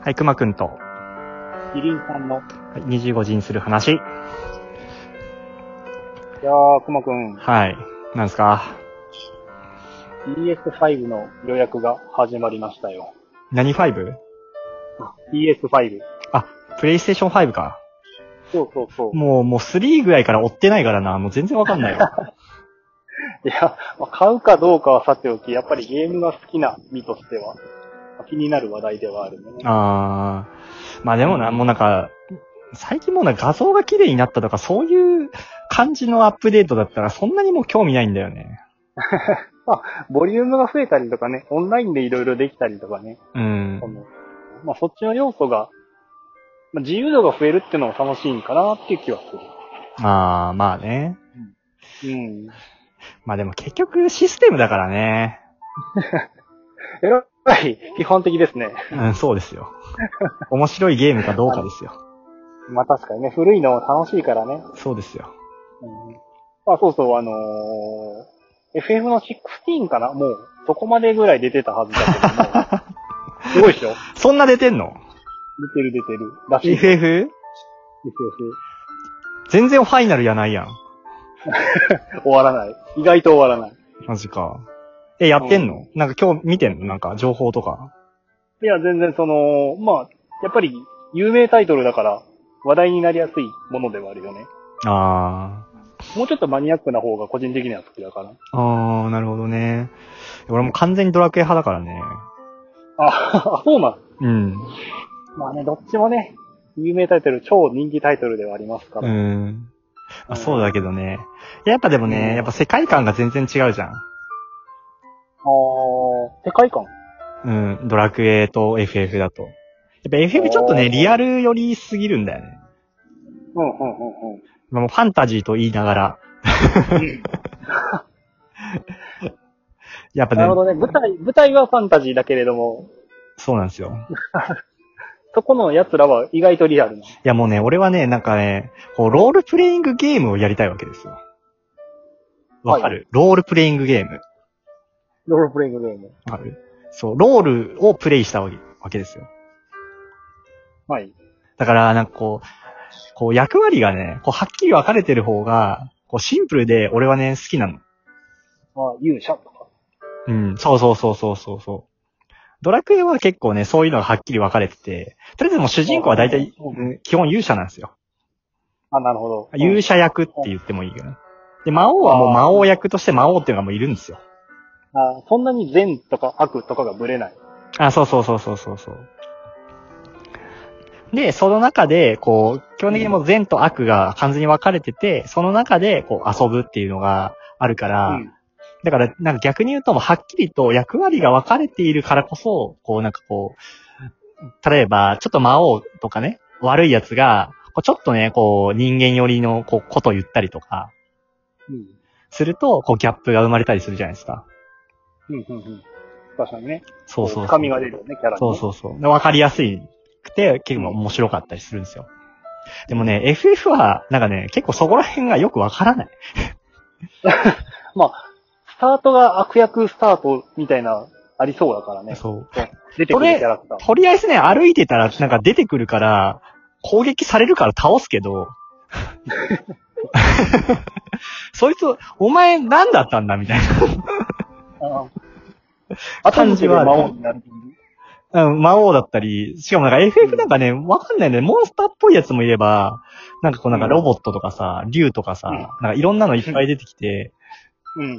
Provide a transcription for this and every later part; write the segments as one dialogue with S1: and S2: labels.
S1: はい、くまくんと、は
S2: キリンさんの。
S1: い、25人する話。
S2: いやー、くまくん、
S1: はい。なんですか
S2: ES5 の予約が始まりましたよ。
S1: 何 5?
S2: ES5。
S1: あ、プレイステーション5か。
S2: そうそうそう。
S1: もう、もう3ぐらいから追ってないからな。もう全然わかん ないわ。
S2: いや、まあ買うかどうかはさておき、やっぱりゲームが好きな身としては、まあ気になる話題ではあるね。
S1: あー。まあでもな、もうなんか、最近もうなんか画像が綺麗になったとか、そういう感じのアップデートだったら、そんなにもう興味ないんだよね。
S2: ボリュームが増えたりとかね、オンラインでいろいろできたりとかね、
S1: うん
S2: そ。のまあ、そっちの要素が、まあ、自由度が増えるっていうのも楽しいんかなっていう気は
S1: あー、まあね。
S2: する。うん。
S1: まあでも結局システムだからね。
S2: えらい、基本的ですね。
S1: うん、そうですよ。面白いゲームかどうかですよ。
S2: まあ確かにね、古いのは楽しいからね。
S1: そうですよ。
S2: うんあ、そうそう、あのー、FF の16かなもう、そこまでぐらい出てたはずだけども。すごいでしょ
S1: そんな出てんの
S2: 出てる出てる。らしい。FF。
S1: ?FF? 全然ファイナルやないやん。
S2: 終わらない。意外と終わらない。
S1: マジか。え、やってんの、なんか今日見てんのなんか情報とか。
S2: いや、全然その、まあ、やっぱり、有名タイトルだから、話題になりやすいものではあるよね。
S1: あ
S2: もうちょっとマニアックな方が個人的には好きだから。
S1: ー。あー、なるほどね。俺も完全にドラクエ派だからね。
S2: あ、そうなん。
S1: うん。
S2: まあね、どっちもね、有名タイトル、超人気タイトルではありますか
S1: う
S2: ら。
S1: ん。あ、そうだけどね。やっぱでもね、やっぱ世界観が全然違うじゃん。
S2: あー、世界観。
S1: うん、ドラクエと FF だと。やっぱ FF ちょっとね、
S2: おー
S1: リアル寄りすぎるんだよね。
S2: うんうんうんうん。
S1: まあもうファンタジーと言いながら。 やっぱね
S2: なる、ほどね。舞台、舞台はファンタジーだけれども、
S1: そうなんですよ。
S2: そこの奴らは意外とリアルな。
S1: いやもうね、俺はね、なんかね、こう、ロールプレイングゲームをやりたいわけですよ。わかる、ロールプレイングゲーム。
S2: ロールプレイングゲーム。
S1: わかるそう、ロールをプレイしたわけわけですよ。
S2: はい。
S1: だから、なんかこう、こう役割がね、こうはっきり分かれてる方が、こうシンプルで俺はね、好きなの。
S2: まあ、勇者とか。
S1: うん、そうそうそうそうそうそう。ドラクエは結構ね、そういうのがはっきり分かれてて、とりあえずもう主人公は大体、
S2: うん
S1: うん基本勇者なんですよ。
S2: あ、なるほど。
S1: 勇
S2: 者。
S1: 者役って言ってもいいよね。で、魔王はもう魔王役として魔王っていうのがもういるんですよ。
S2: あそんなに善とか悪とかがブレない。
S1: あ、そうそうそうそうそうそう。で、その中で、こう、基本的にもう善と悪が完全に分かれてて、その中で、こう、遊ぶっていうのがあるから、
S2: うん。
S1: だから、なんか逆に言うと、もうはっきりと役割が分かれているからこそ、こう、なんかこう、例えば、ちょっと魔王とかね、悪い奴が、こうちょっとね、こう、人間寄りの、こう、ことを言ったりとか、
S2: うん。
S1: すると、こう、ギャップが生まれたりするじゃないですか。
S2: うん、うん、うん。確かにね。
S1: そうそうそう。
S2: 深みが出るよね、キャラにね。
S1: そうそうそう。でわかりやすくて、結構面白かったりするんですよ。でもね、FF は、なんかね、結構そこら辺がよくわからない。
S2: まあ、スタートが悪役スタートみたいな、ありそうだからね。
S1: そう。
S2: 出てく
S1: それ
S2: るキャラクター。
S1: とりあえずね、歩いてたら、なんか出てくるから、攻撃されるから倒すけど、そいつ、お前何だったんだみたい
S2: ああと
S1: 感じはある
S2: 魔王になる。
S1: な。うん、魔王だったり、しかもなんか FF なんかね、わかんないんだよね。モンスターっぽいやつもいれば、なんかこうなんかロボットとかさ、竜とかさ、
S2: うん
S1: なんかいろんなのいっぱい出てきて、
S2: うん。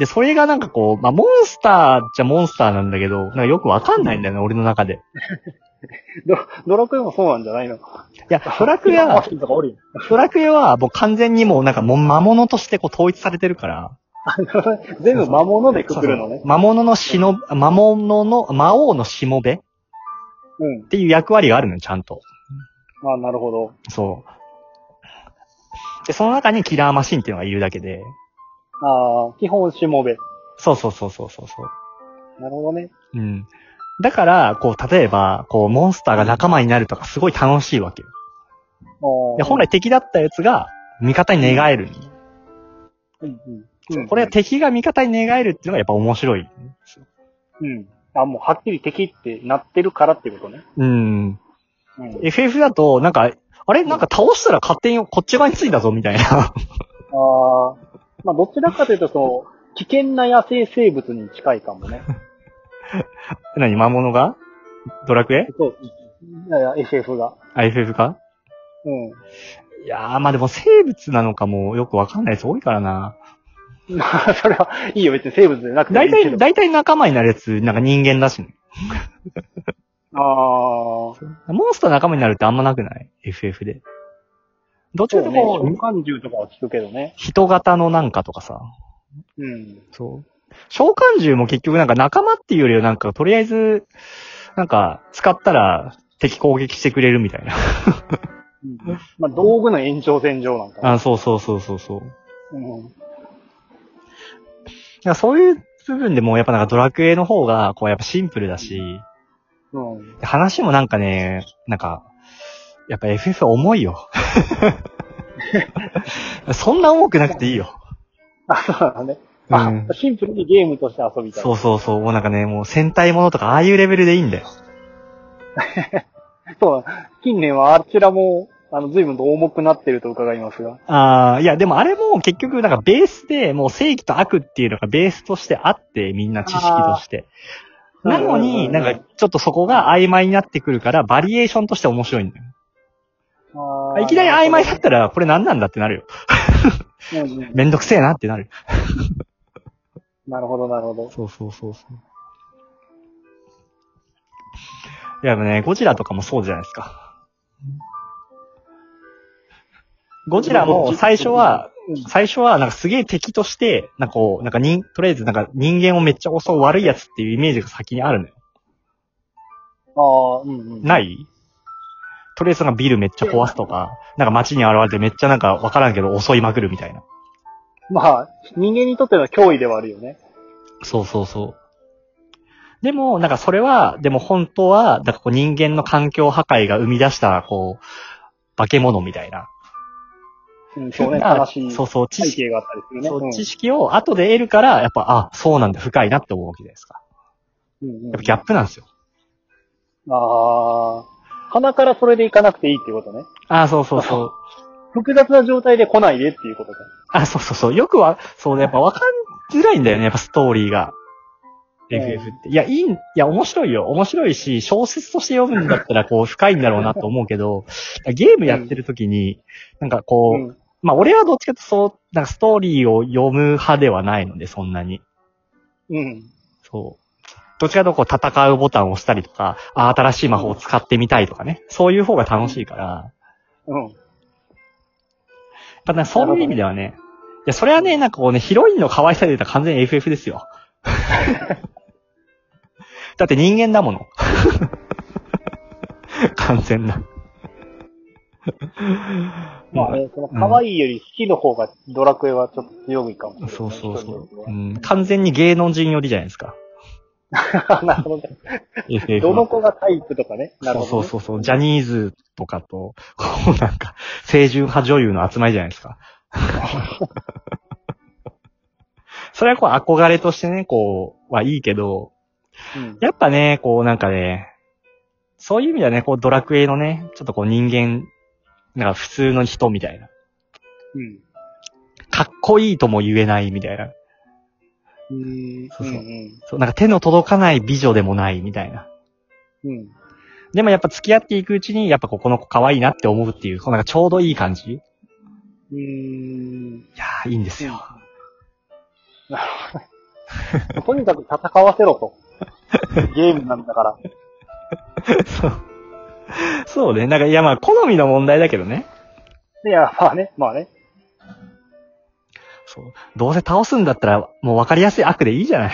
S1: で、それがなんかこう、まあ、モンスターっちゃモンスターなんだけど、なんかよくわかんないんだよね、俺の中で。
S2: ドドラクエもそうなんじゃないの
S1: いや、ドラクエ
S2: 今ア
S1: は
S2: フ、ィンとかおるよ
S1: ドラクエはもう完全にもうなんかもう魔物としてこう統一されてるから。
S2: 全部魔物でくくるの
S1: そう
S2: ね
S1: そう。魔物のしの、魔物の、魔王のしもべっ
S2: うん。
S1: ていう役割があるのよ、ちゃんと。
S2: まあ、なるほど。
S1: そう。で、その中にキラーマシンっていうのがいるだけで。
S2: ああ、基本しもべ。
S1: そうそうそうそうそうそう。
S2: なるほどね。
S1: うん。だから、こう、例えば、こう、モンスターが仲間になるとかすごい楽しいわけよ。
S2: おー
S1: で、本来、敵だったやつが、味方に寝返る。
S2: うんうんうん、
S1: これは敵が味方に寝返るっていうのがやっぱ面白い。
S2: うん。あ、もうはっきり敵ってなってるからってことね。
S1: うん。
S2: うん。
S1: FF だと、なんか、あれなんか倒したら勝手にこっち側についたぞ、みたいな。
S2: ああ、まあ、どちらかというと、その、危険な野生生物に近いか もね。
S1: 何魔物がドラクエ
S2: そう。いやいや、FF が。
S1: あ ?FF か
S2: う
S1: いやー、まあでも生物なのかもよくわかんないやつ多いからな。
S2: ん。 まあ、それはいいよ、別に生物じゃなくてもい
S1: 大
S2: いけど。
S1: 体、大体仲間になるやつ、なんか人間だしね。
S2: ああ、
S1: モンスター仲間になるってあんまなくない ?FF で。どっち
S2: そ
S1: か
S2: う
S1: という
S2: ね。
S1: とこ
S2: 召
S1: う、
S2: 喚獣とかは聞くけどね。
S1: 人型のなんかとかさ。
S2: うん。
S1: そう。召喚獣も結局なんか仲間っていうよりはなんかとりあえず、なんか使ったら敵攻撃してくれるみたいな。
S2: うんまあ、道具の延長線上なんかな。
S1: あ、そうそうそうそうそう。い
S2: うん。
S1: やそういう部分でもやっぱなんかドラクエの方がこうやっぱシンプルだし、
S2: うん。
S1: 話もなんかね、なんか、やっぱ FF は重い よ。そんな重くなくていいよ。
S2: あ、そうだね。あ、
S1: うん
S2: シンプルにゲームとして遊びたい。
S1: そうそうそう。もうなんかね、もう戦隊ものとかああいうレベルでいいんだよ。
S2: そうだ近年はあちらも、あの、随分と重くなってると伺いますが。
S1: ああ、いや、でもあれも結局、なんかベースで、もう正義と悪っていうのがベースとしてあって、みんな知識として。
S2: あー
S1: なのに、
S2: うんうん
S1: な
S2: うん
S1: んかちょっとそこが曖昧になってくるから、バリエーションとして面白いんだよ。
S2: あー
S1: いきなり曖昧だったら、これ何なんだってなるよ。
S2: うんうん
S1: めんどくせえなってなる。
S2: なるほど、なるほど。
S1: そうそうそうそう。いや、でもね、ゴジラとかもそうじゃないですか。ゴジラも最初は、
S2: うん
S1: 最初はなんかすげえ敵として、なんかこう、なんかに、とりあえずなんか人間をめっちゃ襲う悪いやつっていうイメージが先にあるのよ。
S2: ああ、うんうん。
S1: ないとりあえずなんかビルめっちゃ壊すとか、なんか街に現れてめっちゃなんかわからんけど襲いまくるみたいな。
S2: まあ、人間にとっての脅威ではあるよね。
S1: そうそうそう。でも、なんかそれは、でも本当は、なんかこう人間の環境破壊が生み出した、こう、化け物みたいな。
S2: うん、そうね、
S1: なんか
S2: 悲しい
S1: そうそう、知
S2: 背
S1: 識。
S2: 景があったりするね。
S1: そう、知識を後で得るから、やっぱ、あ、そうなんだ、深いなって思うわけじゃないですか。
S2: うんうんうん
S1: やっぱギャップなんですよ。
S2: ああ、鼻からそれでいかなくていいってことね。
S1: あ、そうそうそう。
S2: 複雑な状態で来ないでっていうことか。
S1: あ、そうそうそう。よくは、そうね、やっぱわかんづらいんだよね、やっぱストーリーが。
S2: うん
S1: FF って。いや、いいん、いや、面白いよ。面白いし、小説として読むんだったら、こう、深いんだろうなと思うけど、ゲームやってる時に、なんかこう、
S2: うん。
S1: まあ、俺はどっちかというとそう、なんかストーリーを読む派ではないので、そんなに。
S2: うん。
S1: そう。どっちかというとこう、戦うボタンを押したりとか、あ新しい魔法を使ってみたいとかね。そういう方が楽しいから。
S2: うん。
S1: やっぱね、そういう意味ではね、いや、それはね、なんかこうね、ヒロインの可愛さで言うと完全に FF です よ。だって人間だも の。完全な。
S2: まあね、その可愛いより好きの方がドラクエはちょっと強いかもしれない、
S1: そうそうそう
S2: 人によっ、
S1: う
S2: て
S1: ん。完全に芸能人寄りじゃないですか。
S2: は なるほどね。
S1: FF は。
S2: どの子がタイプとかね。なるほど、ね。
S1: そうそうそうそう。ジャニーズとかと、こうなんか、清純派女優の集まりじゃないです か。それはこう憧れとしてね、こう、はいいけど、
S2: うん
S1: やっぱね、こうなんかね、そういう意味ではね、こうドラクエのね、ちょっとこう人間、なんか普通の人みたいな。
S2: うん。
S1: かっこいいとも言えないみたいな。
S2: うん。
S1: そうそう
S2: うん
S1: そう、なんか手の届かない美女でもないみたいな。
S2: うん。うん。
S1: でもやっぱ付き合っていくうちに、やっぱここの子可愛いなって思うっていう、こうなんかちょうどいい感じ。い
S2: うん。
S1: やー、いいんですよ。
S2: なるほどね。とにかく戦わせろと。ゲームなんだから。
S1: そう。そうね。なんか、いやまあ、好みの問題だけどね。
S2: いや、まあね、まあね。
S1: そう。どうせ倒すんだったら、もう分かりやすい悪でいいじゃない。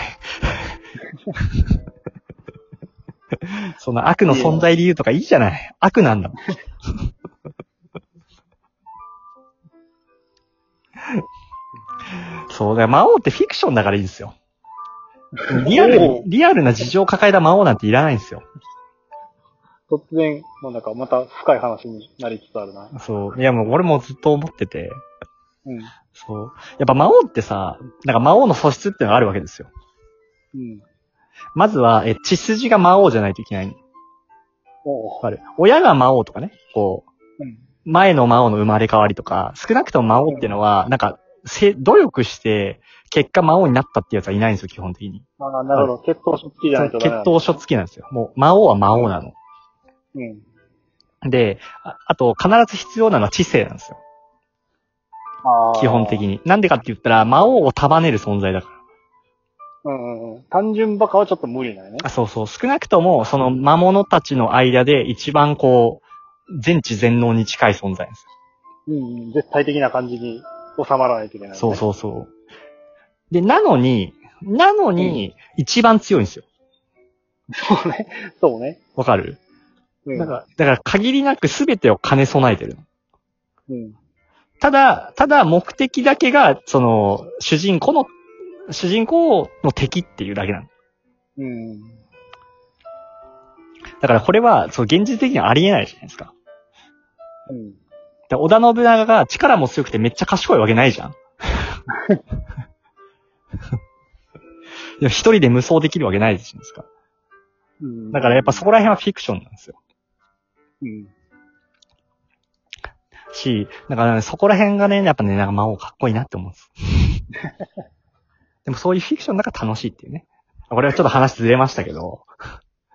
S1: その悪の存在理由とかいいじゃない。悪なん だもん。そうだ、魔王ってフィクションだからいいんですよ。リアル
S2: お
S1: に
S2: う、
S1: リアルな事情を抱えた魔王なんていらないんですよ。
S2: 突然、なんだかまた深い話になりつつあるな。
S1: そう。いやもう俺もずっと思ってて。
S2: うん。
S1: そう。やっぱ魔王ってさ、なんか魔王の素質ってのがあるわけですよ。
S2: うん。
S1: まずは、え、血筋が魔王じゃないといけない。
S2: お
S1: わ
S2: う
S1: かる。親が魔王とかね、こう、
S2: うん。
S1: 前の魔王の生まれ変わりとか、少なくとも魔王っていうのは、なんか、せ、努力して、結果魔王になったってやつはいないんですよ、基本的に。
S2: ああ、なるほど。血統書付きじゃないとダメ
S1: 血
S2: なんだ。
S1: 統書付きなんですよ。もう、魔王は魔王なの。
S2: うん。
S1: で、ああと、必ず必要なのは知性なんですよ。
S2: ああ。
S1: 基本的。に。なんでかって言ったら、魔王を束ねる存在だから。
S2: うんうんうん。単純バカはちょっと無理なんよね。
S1: あそうそう。少なくとも、その魔物たちの間で一番こう、全知全能に近い存在です。
S2: うんうん。絶対的な感じに収まらないといけない、
S1: そうそうそう。で、なのに、なのに、一番強いんですよ。
S2: う。そうね。そうね。
S1: わかる
S2: うん。
S1: だから、だから限りなく全てを兼ね備えてるの。
S2: うん。
S1: ただ、ただ目的だけが、その、主人公の、主人公の敵っていうだけなの。
S2: うん。
S1: だからこれは、そう、現実的にはありえないじゃないですか。
S2: うん。
S1: で織田信長が力も強くてめっちゃ賢いわけない じゃん。でも一人で無双できるわけないじゃないですか。
S2: うん。
S1: だからやっぱそこら辺はフィクションなんですよ。
S2: うん。
S1: し、だから、ね、そこら辺がね、やっぱね、なんか魔王かっこいいなって思うんです。でもそういうフィクションだから楽しいっていうね。これはちょっと話ずれましたけど。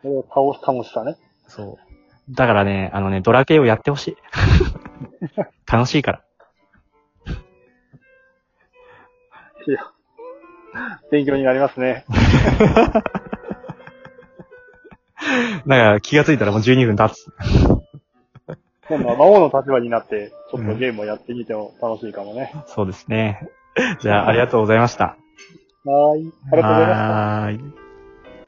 S2: それを倒す、倒したね。
S1: そう。だからね、あのね、ドラケイをやってほし い。楽しいから。
S2: 勉強になりますね。
S1: だから気がついたらもう12分経つ。
S2: 今度は魔王の立場になって、ちょっとゲームをやってみても楽しいか もね。
S1: そうですね。じゃあ、ありがとうございました。
S2: はーい。ありがとうございました。
S1: はーい。